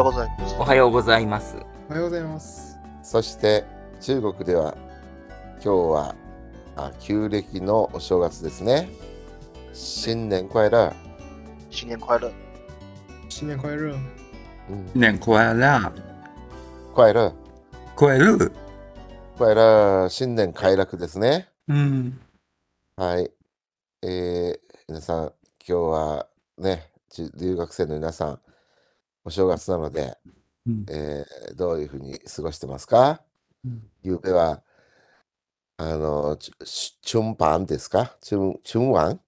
はようございます。おはようございます。そして中国では今日はあ旧暦のお正月ですね。新年快乐。新年快乐！新年快乐！うん、年快乐，快乐。快乐。快乐。新年快楽ですね。嗯，はい。えー皆さん、今日はね、じ留学生の皆さん、お正月なので、うんえーどういうふうに過ごしてますかうんゆうべは、あの、チュチュチュンパンですかチュン、チュンワン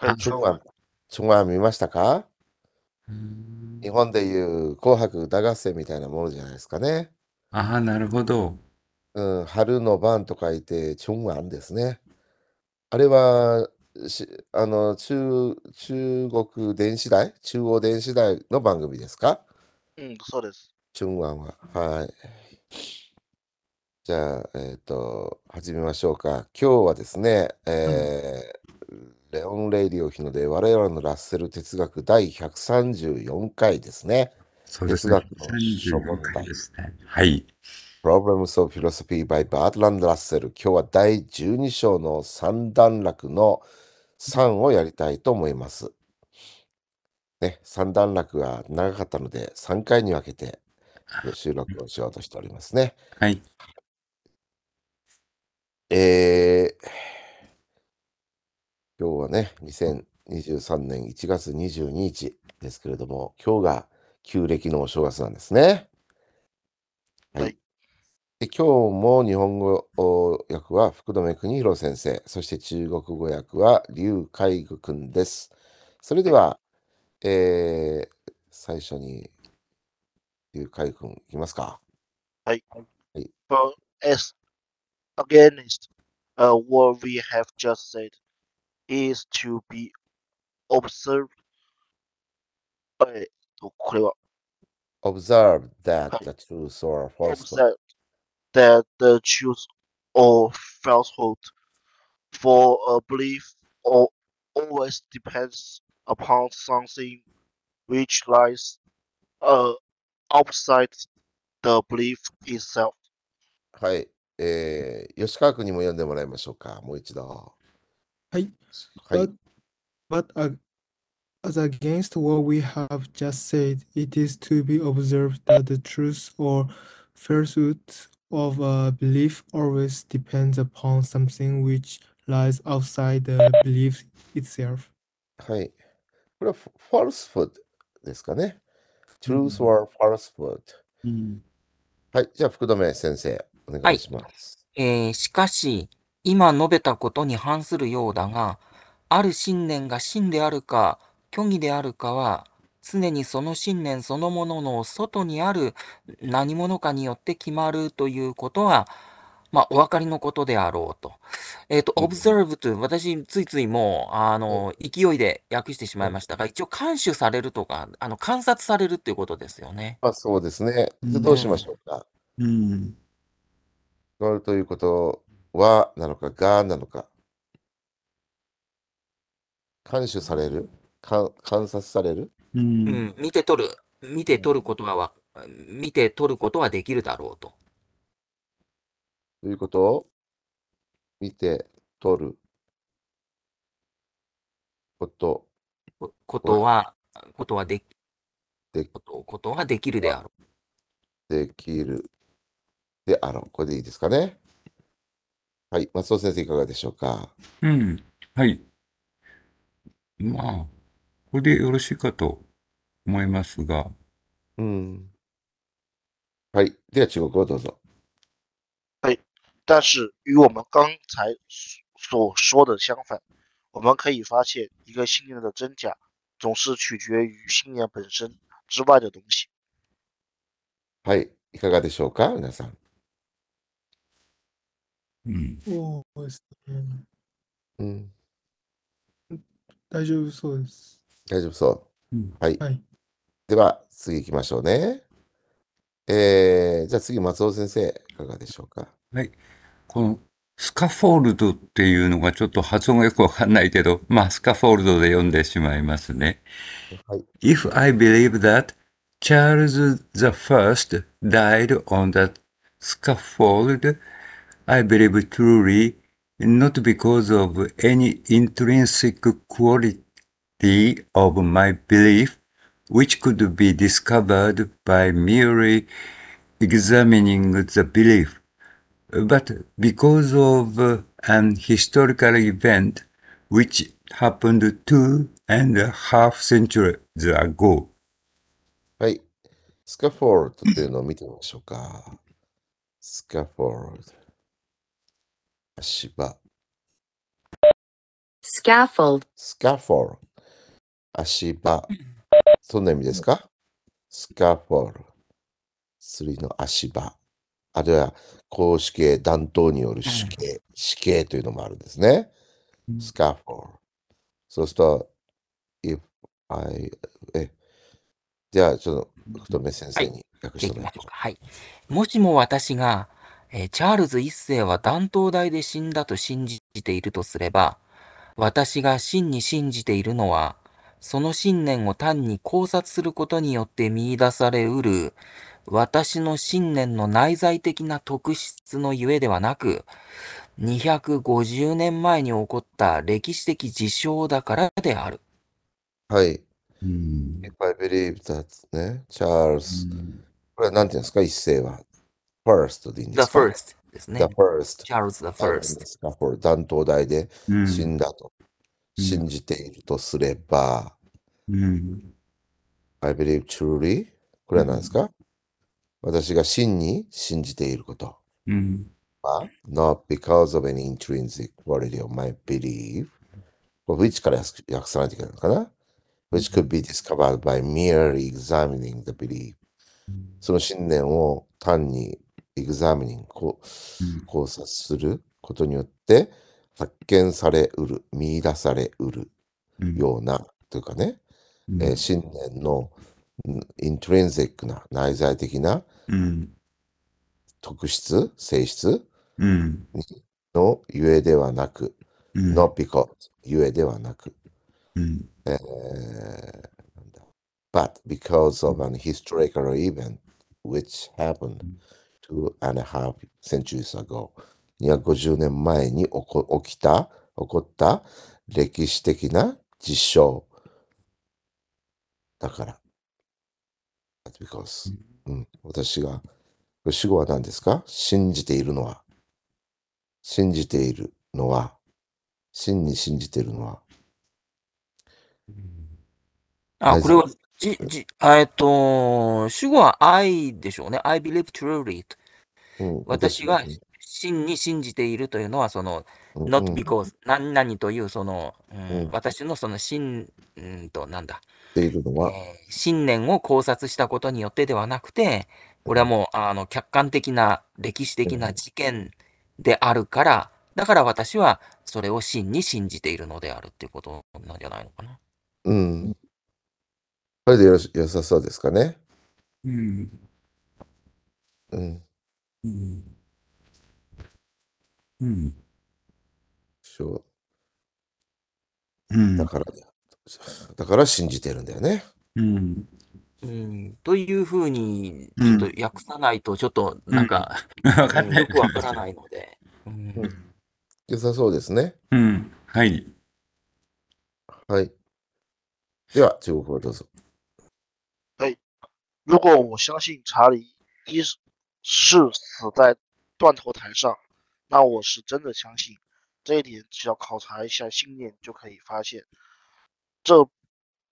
はいチュンワン、チュンワン見ましたかうん日本でいう紅白歌合戦みたいなものじゃないですかね。ああ、なるほど。うん、春の晩と書いて、チュンワンですね。あれは、しあの中、中国電子台、中央電子台の番組ですかうん、そうです。チュンワンは。はい。じゃあ、えっと、始めましょうか。今日はですね、えーレオン・レイリオ日ので、我々のラッセル哲学第134回ですね。そうですね。哲学の書物35回ですね。はい。 Problems of Philosophy by Bertrand Russell 今日は第12章の三段落の3をやりたいと思います。ね、三段落が長かったので3回に分けて収録をしようとしておりますね。はい。えー今日はね、2023年1月22日ですけれども、今日が旧暦のお正月なんですね。はい。はいで今日も日本語お訳は福留邦弘先生、そして中国語訳は劉海愚君です。それでは、えー最初に劉海愚君いきますか。 For as against uh, what we have just said is to be observed. えーっと、これは Observe that はい the truth or observed falsehood that the truth or falsehood for a belief or always depends upon something which lies uh, outside the belief itself. はい、えー、吉川君にも読んでもらいましょうか、もう一度。はい。はい、 But, but uh, as against what we have just said, it is to be observed that the truth or falsehood of a belief always depends upon something which lies outside the belief itself. はい。これは falsehood ですかね。うん truth or falsehood。うん。はい、じゃあ福留先生、お願いします。えーしかし、今述べたことに反するようだが、ある信念が真であるか、虚偽であるかは、常にその信念そのものの外にある何者かによって決まるということは、まあ、お分かりのことであろうと。えっ、と、うん observe という、私、ついついもう、あの、勢いで訳してしまいましたが、一応、監視されるとか、あの、観察されるということですよね。あ、そうですね。じゃあうんどうしましょうか。うん。これということはなのか、がなのか。監視されるかん観察されるう。うんん、見て取る、見て取ることはわ、見て取ることはできるだろうと。ということを見て取ることこことは、ことはでき、でことことはできるであろう。できるであろう。これでいいですかね。はい。松尾先生、いかがでしょうか。うん。はい。まあ、これでよろしいかと思いますが、うん。はい。では、中国語をどうぞ。但是与我们刚才所所说的相反，我们可以发现，一个信念的真假总是取决于信念本身之外的东西。はい。いかがでしょうか、皆さん。うん。そうですね。うん。大丈夫そうです。大丈夫そうんう。はい。はい。では、次行きましょうね。えー、じゃあ次、松尾先生、いかがでしょうか。このスカフォールドっていうのがちょっと発音がよくわかんないけど、まあ、スカフォールドで読んでしまいますね。はい。 If I believe that Charles the First died on the scaffold, I believe truly, not because of any intrinsic quality of my belief, which could be discovered by merely examining the belief, but because of an historical event which happened two and a half centuries ago. はい。スカフォールドというのを見てみましょうか。スカフォールド。足場。 scaffold, スカフォールド。足場。どんな意味ですかスカフォールド。釣りの足場。あるいは、公主形、弾頭による主形、死形というのもあるんですね。スカフォールド。そうすると、if I, え、じゃあ、ちょっと、福留先生に訳してできもましらいまょしうか。はい。もしも私が、えーチャールズ一世は断頭台で死んだと信じているとすれば、私が真に信じているのは、その信念を単に考察することによって見出されうる、私の信念の内在的な特質のゆえではなく、250年前に起こった歴史的事象だからである。ょう。はい。うん。 If I believe that ね、チャールズ、これは何て言うんですか、一世は。first でいいん The ですか first ですね。 first. The チャールズ the first. first。スカフォール断頭台でうん死んだとうん信じているとすれば、うん。 I believe truly これは何ですか、私が真に信じていることうん。は not because of any intrinsic quality of my belief これ which から訳訳さないといけないのかな which could be discovered by merely examining the belief その信念を単に examining こう考察することによって発見されうる、見出されうるような、というかね、うんえー信念のイントレンゼックな内在的なうん。特質、性質うん。のゆえではなく、うん。 not because ゆえではなく、うん。えーなんだ but because of an historical event which happened two and a half centuries ago 250年前に起こ起きた起こった歴史的な実証だから That's because、うん、私がこれ主語は何ですか信じているのは信じているのは真に信じているのはあ、内在これは、じ、じ、あえっと、主語は I でしょうね。I believe truly. うん私がうん真に信じているというのは、その、うん not because 何々という、その、うんうん私のその信、うんと、なんだ、っているのは、えー信念を考察したことによってではなくて、これはもう、あの、客観的な歴史的な事件であるから、だから私はそれを真に信じているのであるっていうことなんじゃないのかな。うん。これでよろし良さそうですかね。うん。うん。うん。そううんだ。から、だから信じてるんだよね。うん。うん、というふうに、うちょんっと訳さないと、ちょっとなんか、わうかんんないよくわからないので。うんうん良さそうですね。 うん。はい。はい。では、中国語どうぞ。如果我相信查理一世是死在断头台上，那我是真的相信。这一点只要考察一下信念就可以发现。这，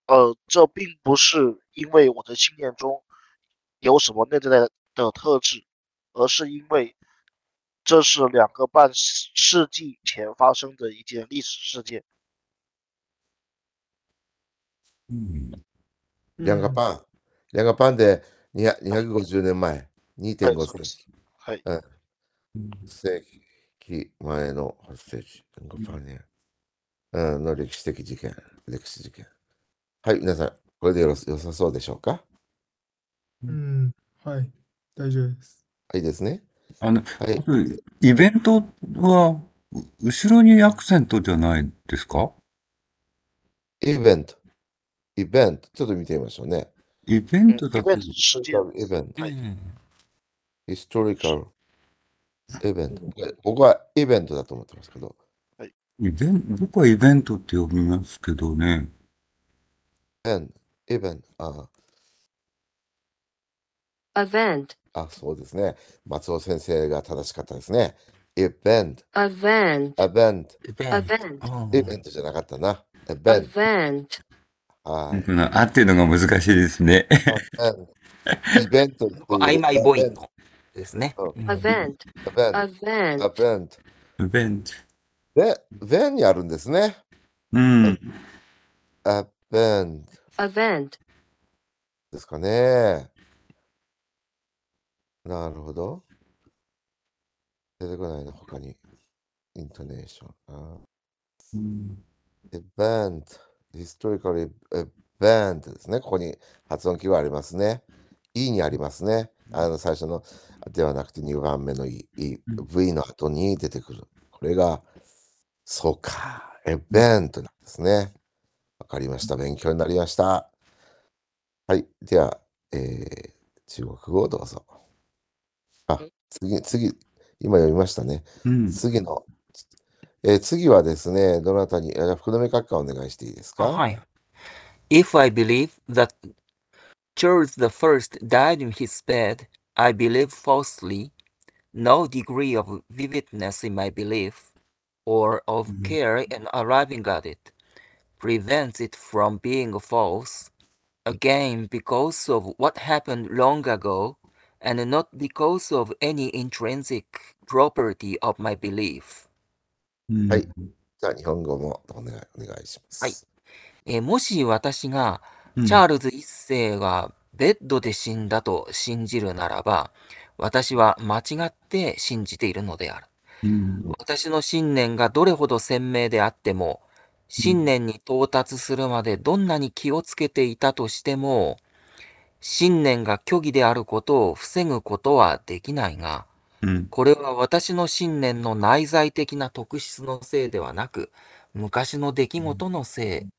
呃，这并不是因为我的信念中有什么内在的的特质，而是因为这是两个半世世纪前发生的一件历史事件。うん。ヤンガパン。ヤンガパンで200 250年前、2.5世紀はい。世紀前の発生地、なんかパネうん、の歴史的事件、歴史事件。はい、皆さん、これでよろ良さそうでしょうかうん、はい、大丈夫です。いいですね。あの、はい。イベントは、う後ろにアクセントじゃないですかイベント。イベント。ちょっと見てみましょうね。イベントだけ event 事件 historical event うはいん。 historical event 僕はイベントだと思ってますけどイベン僕はイベントって呼びますけどね。 and event あ event, あそうですね松尾先生が正しかったですね event event, event イベント。 event, イベントじゃなかったな event event, はいこの、あっていうのが難しいですね。 event イベントっていううん。曖昧ボイントですね。ううん event, event event, event イベント。で v にあるんですねうん。 event event, ですかね。なるほど。出てこないな、他に。イントネーション。あうんー event、historical event ですね。ここに発音キーはありますね。E にありますね。あの最初のではなくて2番目の E、E う V の後に出てくる。これが、そうか、event なんですね。わかりました。勉強になりました。はい。では、えー中国語をどうぞ。あ、次、次、今読みましたね。うん。次の、えー次はですね、どなたに、えー福留閣下お願いしていいですかはい。If I believe that Charles the First died in his bed, I believe falsely. No degree of vividness in my belief, or of Mhm. care in arriving at it, prevents it from being false. Again, because of what happened long ago, and not because of any intrinsic property of my belief. うんはい。じゃあ、日本語もお願いお願いします。はいえーもし私がうんチャールズ一世がベッドで死んだと信じるならば、私は間違って信じているのである。うん私の信念がどれほど鮮明であっても、信念に到達するまでどんなに気をつけていたとしても、信念が虚偽であることを防ぐことはできないが、うんこれは私の信念の内在的な特質のせいではなく、昔の出来事のせい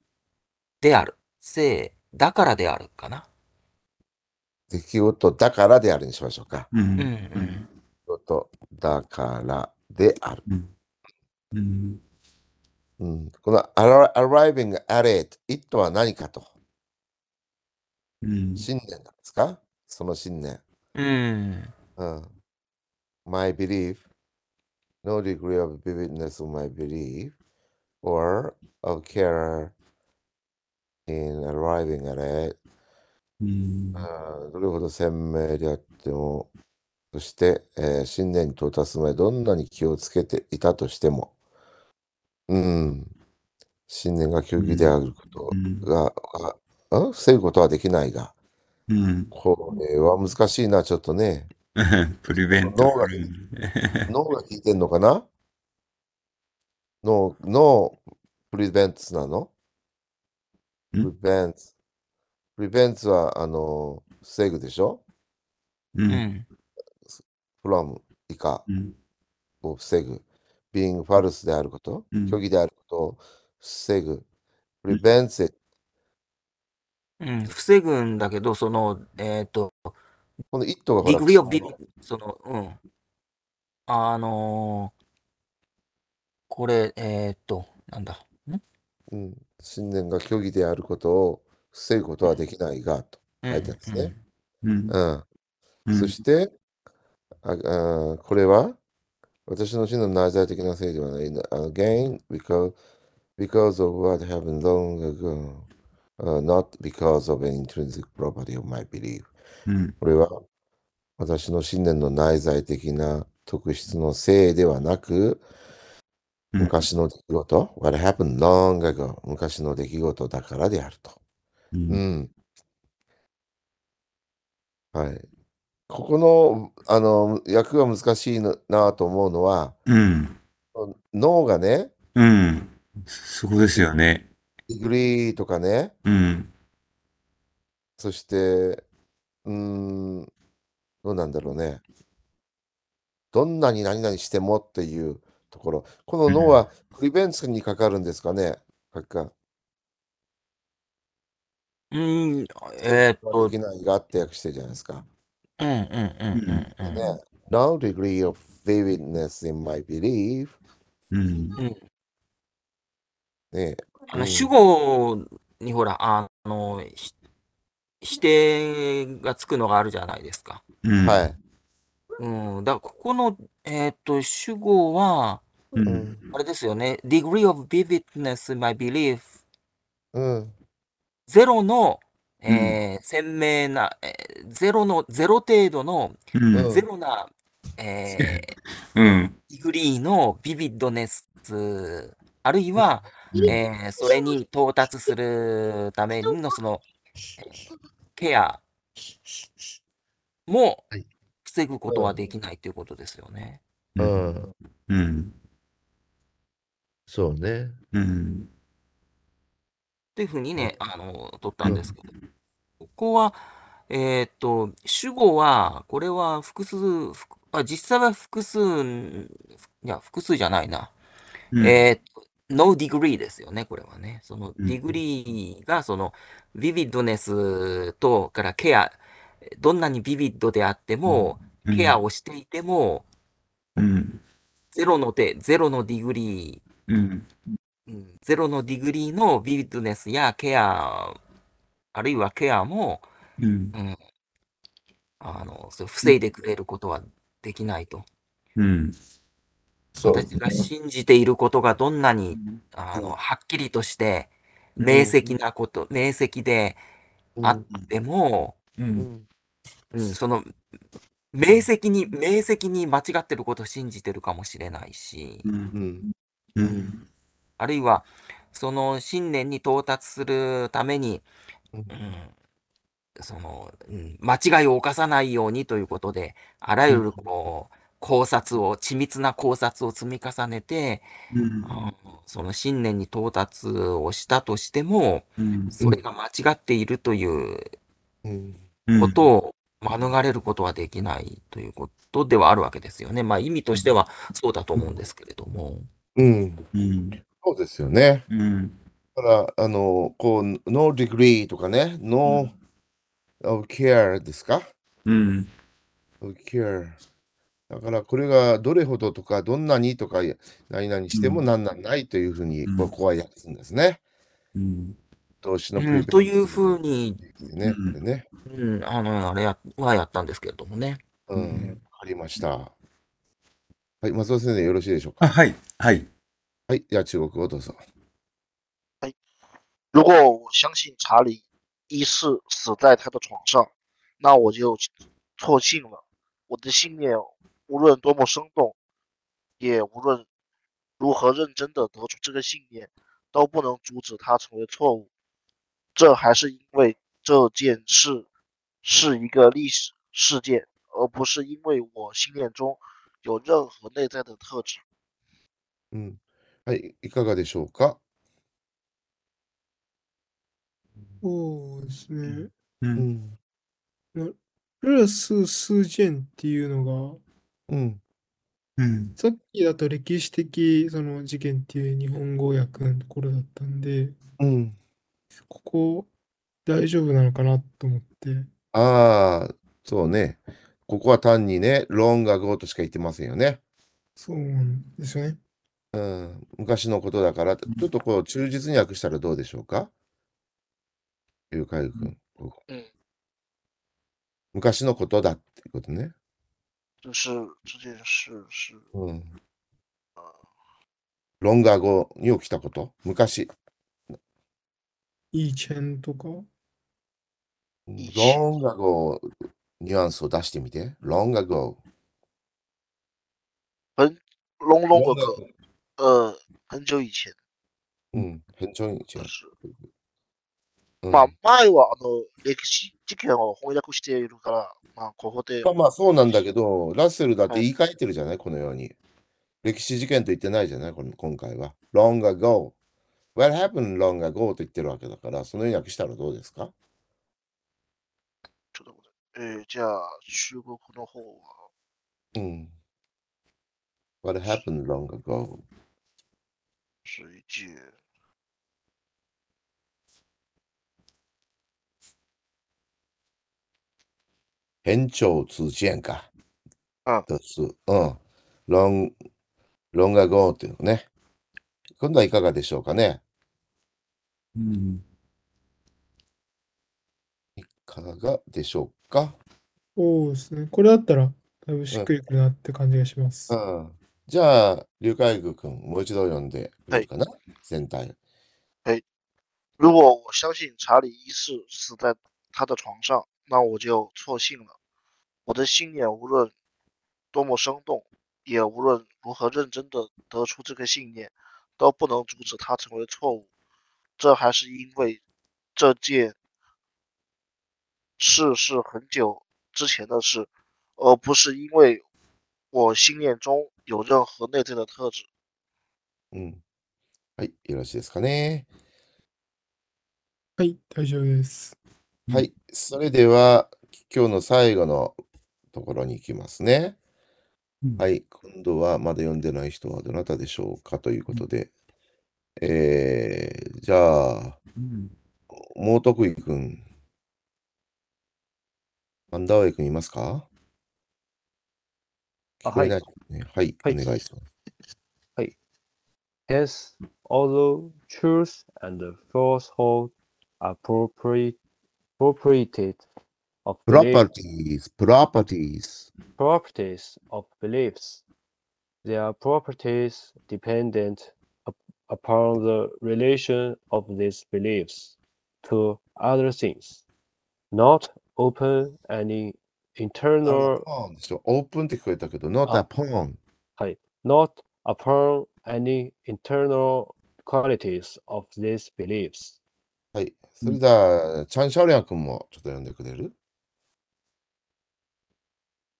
である。せいだからであるかな。出来事だからであるにしましょうか。ううんうんん。出来事だからである。うんうんうん、この arri- arriving at it, it は何かと。うん信念なんですかその信念。うん。うん。My belief, no degree of vividness of my belief, or of care in arriving at it. うんうんどれほど鮮明であっても、そして、えー信念に到達するまでどんなに気をつけていたとしても、うん、信念が虚偽であることが、ああ防ぐことはできないが、うんこれは難しいな、ちょっとね。 プリベント脳が脳が効いてんのかな脳、脳、プリベンツなのプんリベンツ。プリベンツは、あの、防ぐでしょううんん。 ?from 以下うんを防ぐ。being false であること、うん虚偽であることを防ぐ。prevents it。うん。防ぐんだけど、その、えっ、と、この it がほデらィグリオビ、その、うん。あのーこれ、えっ、と、なんだ。んうん、信念が虚偽であることを防ぐことはできないが、と書いてあるんですね。うんうん。うんそして、ああこれは私の真の内在的なせいではない。あ again, because, because of what happened long ago,、uh, not because of an intrinsic property of my belief. うんこれは私の信念の内在的な特質のせいではなく、うん昔の出来事、what happened long ago, 昔の出来事だからであると。うんうん。はい。ここの、あの、訳が難しいのなと思うのは、うん脳がね、うんそこですよねディグリーとかね、うんそして、うーん、どうなんだろうね。どんなに何々してもっていうところ。この脳はプリベンツにかかるんですかね、かかうん、えーっと、うでん、きないがって訳してるじゃないですか。うん、うん、うん、うん。ね、no degree of vividness in my belief。うん。ね、あの、うん主語にほら、あの、ひ否定がつくのがあるじゃないですか。うん。はい。うん、だからここの、えーっと、主語は、う。うんん。あれですよね、degree of vividness, my belief, うん。ゼロの、えー鮮明な、えーゼロの、ゼロ程度の、うん。ゼロな、えー、うん。ディグリーのビビッドネス、あるいは、えーそれに到達するためのその、えーケアもはい防ぐことはできないということですよね。うん。うん。そうね。うん。というふうにね、あの、取ったんですけど、ここは、えーっと、主語は、これは複数、複あ、実際は複数、いや、複数じゃないな。えーっと、no degree ですよね、これはね。そのうん degree が、その、ビビッドネスと、からケア、どんなにビビッドであっても、ケアをしていても、うん。ゼロので、ゼロのディグリうん。ー、うんゼロのディグリーのビビッドネスやケア、あるいはケアも、うん。あの、それ防いでくれることはできないと。うん。そう。私が信じていることがどんなに、あの、はっきりとして、ん明晰なこと、明晰で、あっても、う。うんん。うん、その、明晰に、明晰に間違ってることを信じてるかもしれないし、うん。うん。あるいは、その信念に到達するために、うんうん、その、うん、間違いを犯さないようにということで、あらゆるこう、考察を、緻密な考察を積み重ねて、あのその信念に到達をしたとしても、うん。それが間違っているといううん。ことを免れることはできないということではあるわけですよね。まあ意味としてはそうだと思うんですけれども。うん。うん。そうですよね。うん。だから、あの、こう、no degree とかね、no of care ですかうん。 of care。だから、これがどれほどとか、どんなにとか、何々してもうん何々ないというふうにう、んここは訳すんですね。うん。動詞のうん、というふうに。に、ね、これね。うん、あの、あれやはやったんですけれどもね。う。うんわかりました。はい、松尾先生、よろしいでしょうか。あ、はい。はい。はい、じゃあ中国語どうぞ。如果我相信查理一世死在他的床上，那我就错信了。我的信念无论多么生动，也无论如何认真的得出这个信念，都不能阻止它成为错误。这还是因为这件事是一个历史事件，而不是因为我信念中有任何内在的特质。うん。はい、いかがでしょうか。そうですね。う。うんん。プラス数件っていうのが、うん。うん。さっきだと歴史的その事件っていう日本語訳のところだったんで、うん。ここ大丈夫なのかなと思って。ああ、そうね。ここは単にね、ロンがゴーとしか言ってませんよね。そうなんですよね。うん。昔のことだから、ちょっとこう、忠実に訳したらどうでしょうか。ゆうかゆくん。嗯，昔のことだってことね。就是这件事是うん。ロンガ語に起きたこと。昔。いいチェンとか、一緒ロンガ語、ニュアンスを出してみて。ロンガ語。很隆隆ロ的ン歌ガ語。呃，很久以前うん。変調に違就う。是、うんまあ前はあの歴史事件を翻訳しているから、まあここでまあ、まあそうなんだけど、ラッセルだってはい言い換えてるじゃない、このように。歴史事件と言ってないじゃない、この今回は。long ago。What happened long ago と言ってるわけだから、そのように訳したらどうですかちょっと待ってえーじゃあ中国の方はうん。What happened long ago? 是一件偏重之间か。うんとす。うん。long, long ago っていうのね。今度はいかがでしょうかね。うんいかがでしょうか。そうですね。これだったら、だいぶしっくりくるなって感じがしますう。ん。じゃあ、劉海愚君、もう一度読んでみるかな。全体。如果我相信查理一世死在他的床上，那我就错信了。我的信念无论多么生动，也无论如何认真的得出这个信念，都不能阻止它成为错误。这还是因为这件事是很久之前的事，而不是因为我信念中有任何内在的特质。うん。はい。よろしいですかね。はい、大丈夫です。うんはい。それでは、今日の最後のところに行きますね。うんはい。今度は、まだ読んでない人はどなたでしょうかということで。えー、じゃあ、うん猛徳井くん。アンダーウェイくんいますかあ聞こえないですね。はい。はいお願いします。 Yes, although truth and falsehood are propri- properties of プロ belief- パティーズ、プロパティーズ。 properties of beliefs, they are properties dependent up- upon the relation of these beliefs to other things, not open any あの internal ポンでしょオープンって聞こえたけど、not a あ pawn. not upon any internal qualities of these beliefs. はい。それでは、チャン・シャオリャン君もちょっと読んでくれる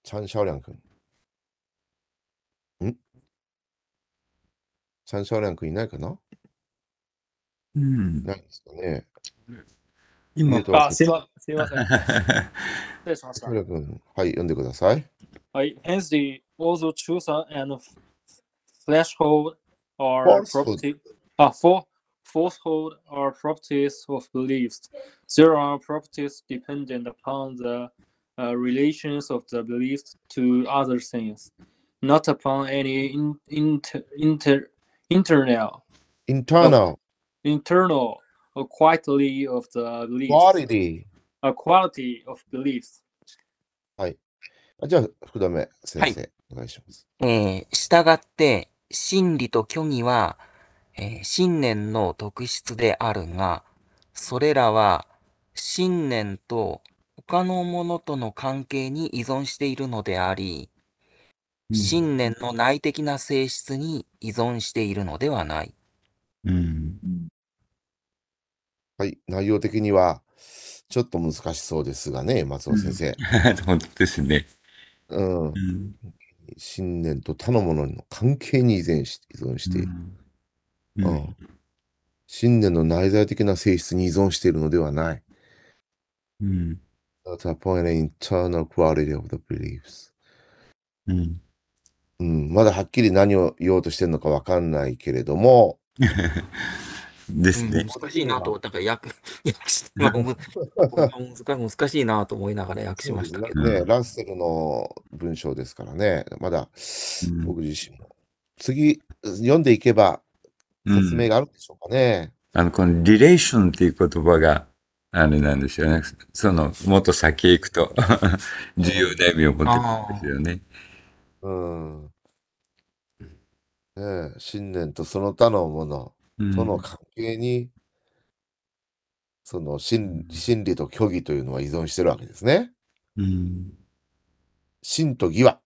チャン・シャオリャン君。んチャン・シャオリャン君いないかなうんないですかね。今えーとあ、すいま、すいませ ん。失礼しましシたャオ。リャン君、はい、読んでください。はい。Hence the also truth and threshold are Falsehood. property. あ、for falsehood are properties of beliefs. There are properties dependent upon the uh, relations of the beliefs to other things, not upon any in, inter, inter, internal, internal, internal or quality of the beliefs. quality。 A quality of beliefs. あじゃあ、福留先生、お願いします。えー、したがって、真理と虚偽は、えー信念の特質であるが、それらは信念と他のものとの関係に依存しているのであり、信念の内的な性質に依存しているのではない。うんはい、内容的には、ちょっと難しそうですがね、松尾先生。本当ですね。うん。うん信念と他のものの関係に依存し依存している。うんううんん信念の内在的な性質に依存しているのではない。うん。 Not upon an internal quality of the beliefs. うん。うん、まだはっきり何を言おうとしてるのかわかんないけれども、ですね。難しいなと、だ から訳、訳し、まあ、む難 難しいなと思いながら訳しましたけど。ね、ラッセルの文章ですからね、まだうん僕自身も。次、読んでいけばうん説明があるんでしょうかね。あの、このリレーションっていう言葉が、あれなんですよね。その、もっと先へ行くと、 重要な意味を持ってくるんですよね。うん。ねえ信念とその他のものうんとの関係に、その真真理と虚偽というのは依存してるわけですね。うん。真と義は。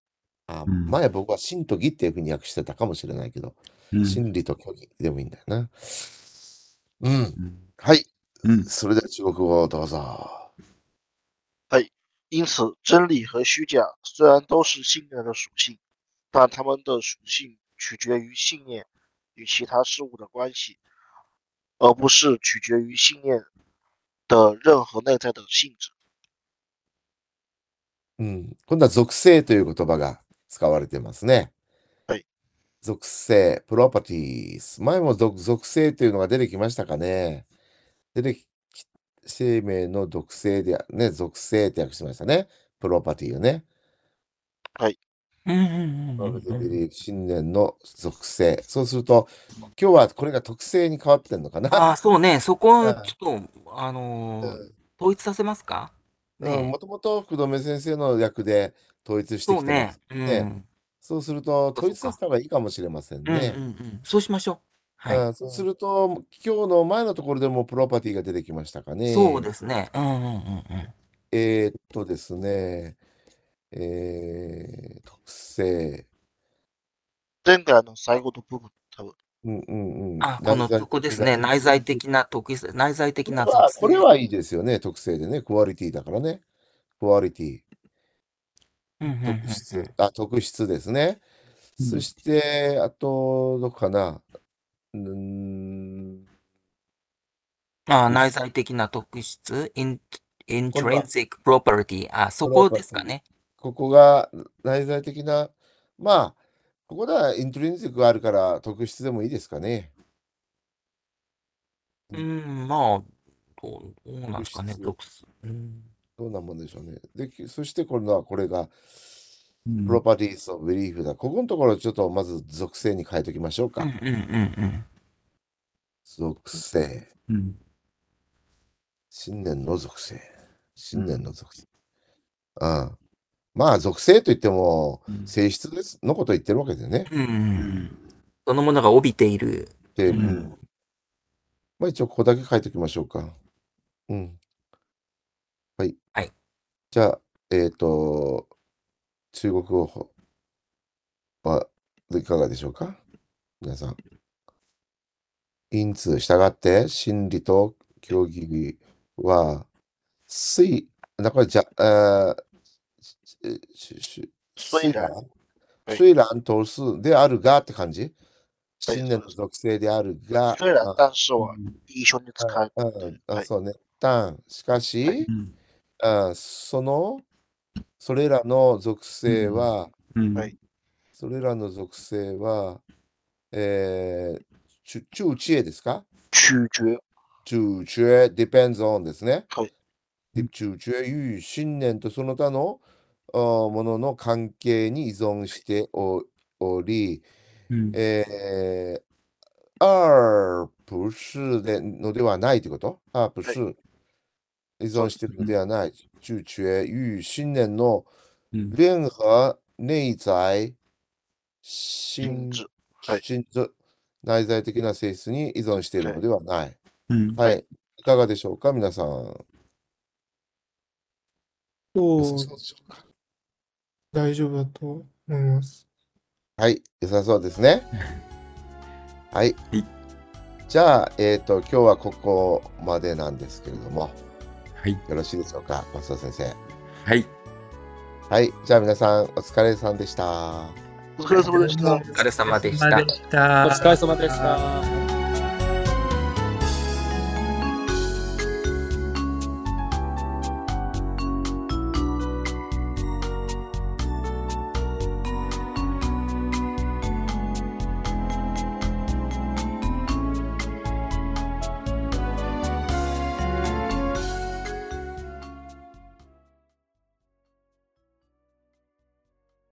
あうん前僕は真と義っていうふうに訳してたかもしれないけど、うん真理と虚偽でもいいんだよな。うん。うんはい。うん。それでは中国語をどうぞ。因此，真理和虚假虽然都是信念的属性，但它们的属性取决于信念与其他事物的关系，而不是取决于信念的任何内在的性质。うん。今度は属性という言葉が使われてますね。はい。属性、プロパティーズ。前も属属性というのが出てきましたかね。出てき、生命の属性であ、ね、属性って訳しましたね。プロパティをね。うんうんプうロんうパティビん。リーフ、信念の属性。そうすると、今日はこれが特性に変わってんのかな。ああ、そうね。そこをうんちょっと、あのーうん統一させますかうんねもともと福留先生の役で統一してそうきてまねす。。うん。ねそうするそと、うか統一させた方がいいかもしれませんうんうんね。うん。そうしましょう。はい。うんそうすると、今日の前のところでもプロパティが出てきましたかね。そうですね。うんうんうんうん。えーっとですね、えー、特性。前回の最後の部分、多分。うんうんうん。あ、この内在とこですね。内在的な特性、内在的これなは属性。これはいいですよね、特性でね。クオリティだからね。クオリティ。うんうんうんうん特質。あ、特質ですね。そして、あと、どこかな。うーん。あ、内在的な特質、イン、インこトれレはンシックプロパリティ。あ、そこですかね。ここが内在的な、まあ、ここではイントリンジックがあるから特質でもいいですかね。う、うんまあ、どう、どうなんですかね。特特質。うんどんなもんでしょうね。で、きそして今度はこれが、プロパティーズ・オブ・リーフだ。ここのところちょっとまず属性に変えときましょううんか。うんうん属性。うん信念の属性。信念の属性。うん。まあ、属性といっても、性質ですのことを言ってるわけでね。うん。うんうんうん。そのものが帯びている。で、うんうんまあ一応ここだけ書いておきましょうか。うん。はい。はい。じゃあ、えっ、と、中国語はいかがでしょうか皆さん。因此、従って、真理と教義は、水、なこれ、じゃ、あー、しし虽然水蘭はい水蘭とすであるがって感じはい信念の属性であるが、虽然、あ但是は一緒に使っうん、はあいそうね。但、しかし、うんあその、それらの属性は、うんはいそれらの属性は、えー、中中知恵ですか拒绝。中知恵 depends on ですね。はいで中知恵いう信念とその他のあーものの関係に依存しておおり、うんえー、あ不是でのではないということあ不是依存しているのではない。中知恵いう信念のうん任何内在心心智はい心臓内在的な性質に依存しているのではない。うんはい。いい、かがでしょうか、皆さん。良さそうそうでしょうか大丈夫だと思います。はい。良さそうですね。はいはい。じゃあ、えっ、と、今日はここまでなんですけれども、はいよろしいでしょうか、松田先生。はいはい。じゃあ、皆さん、お疲れさんでした。お疲れ様でした。お疲れ様でした。お疲れ様でしたお疲れ様でした。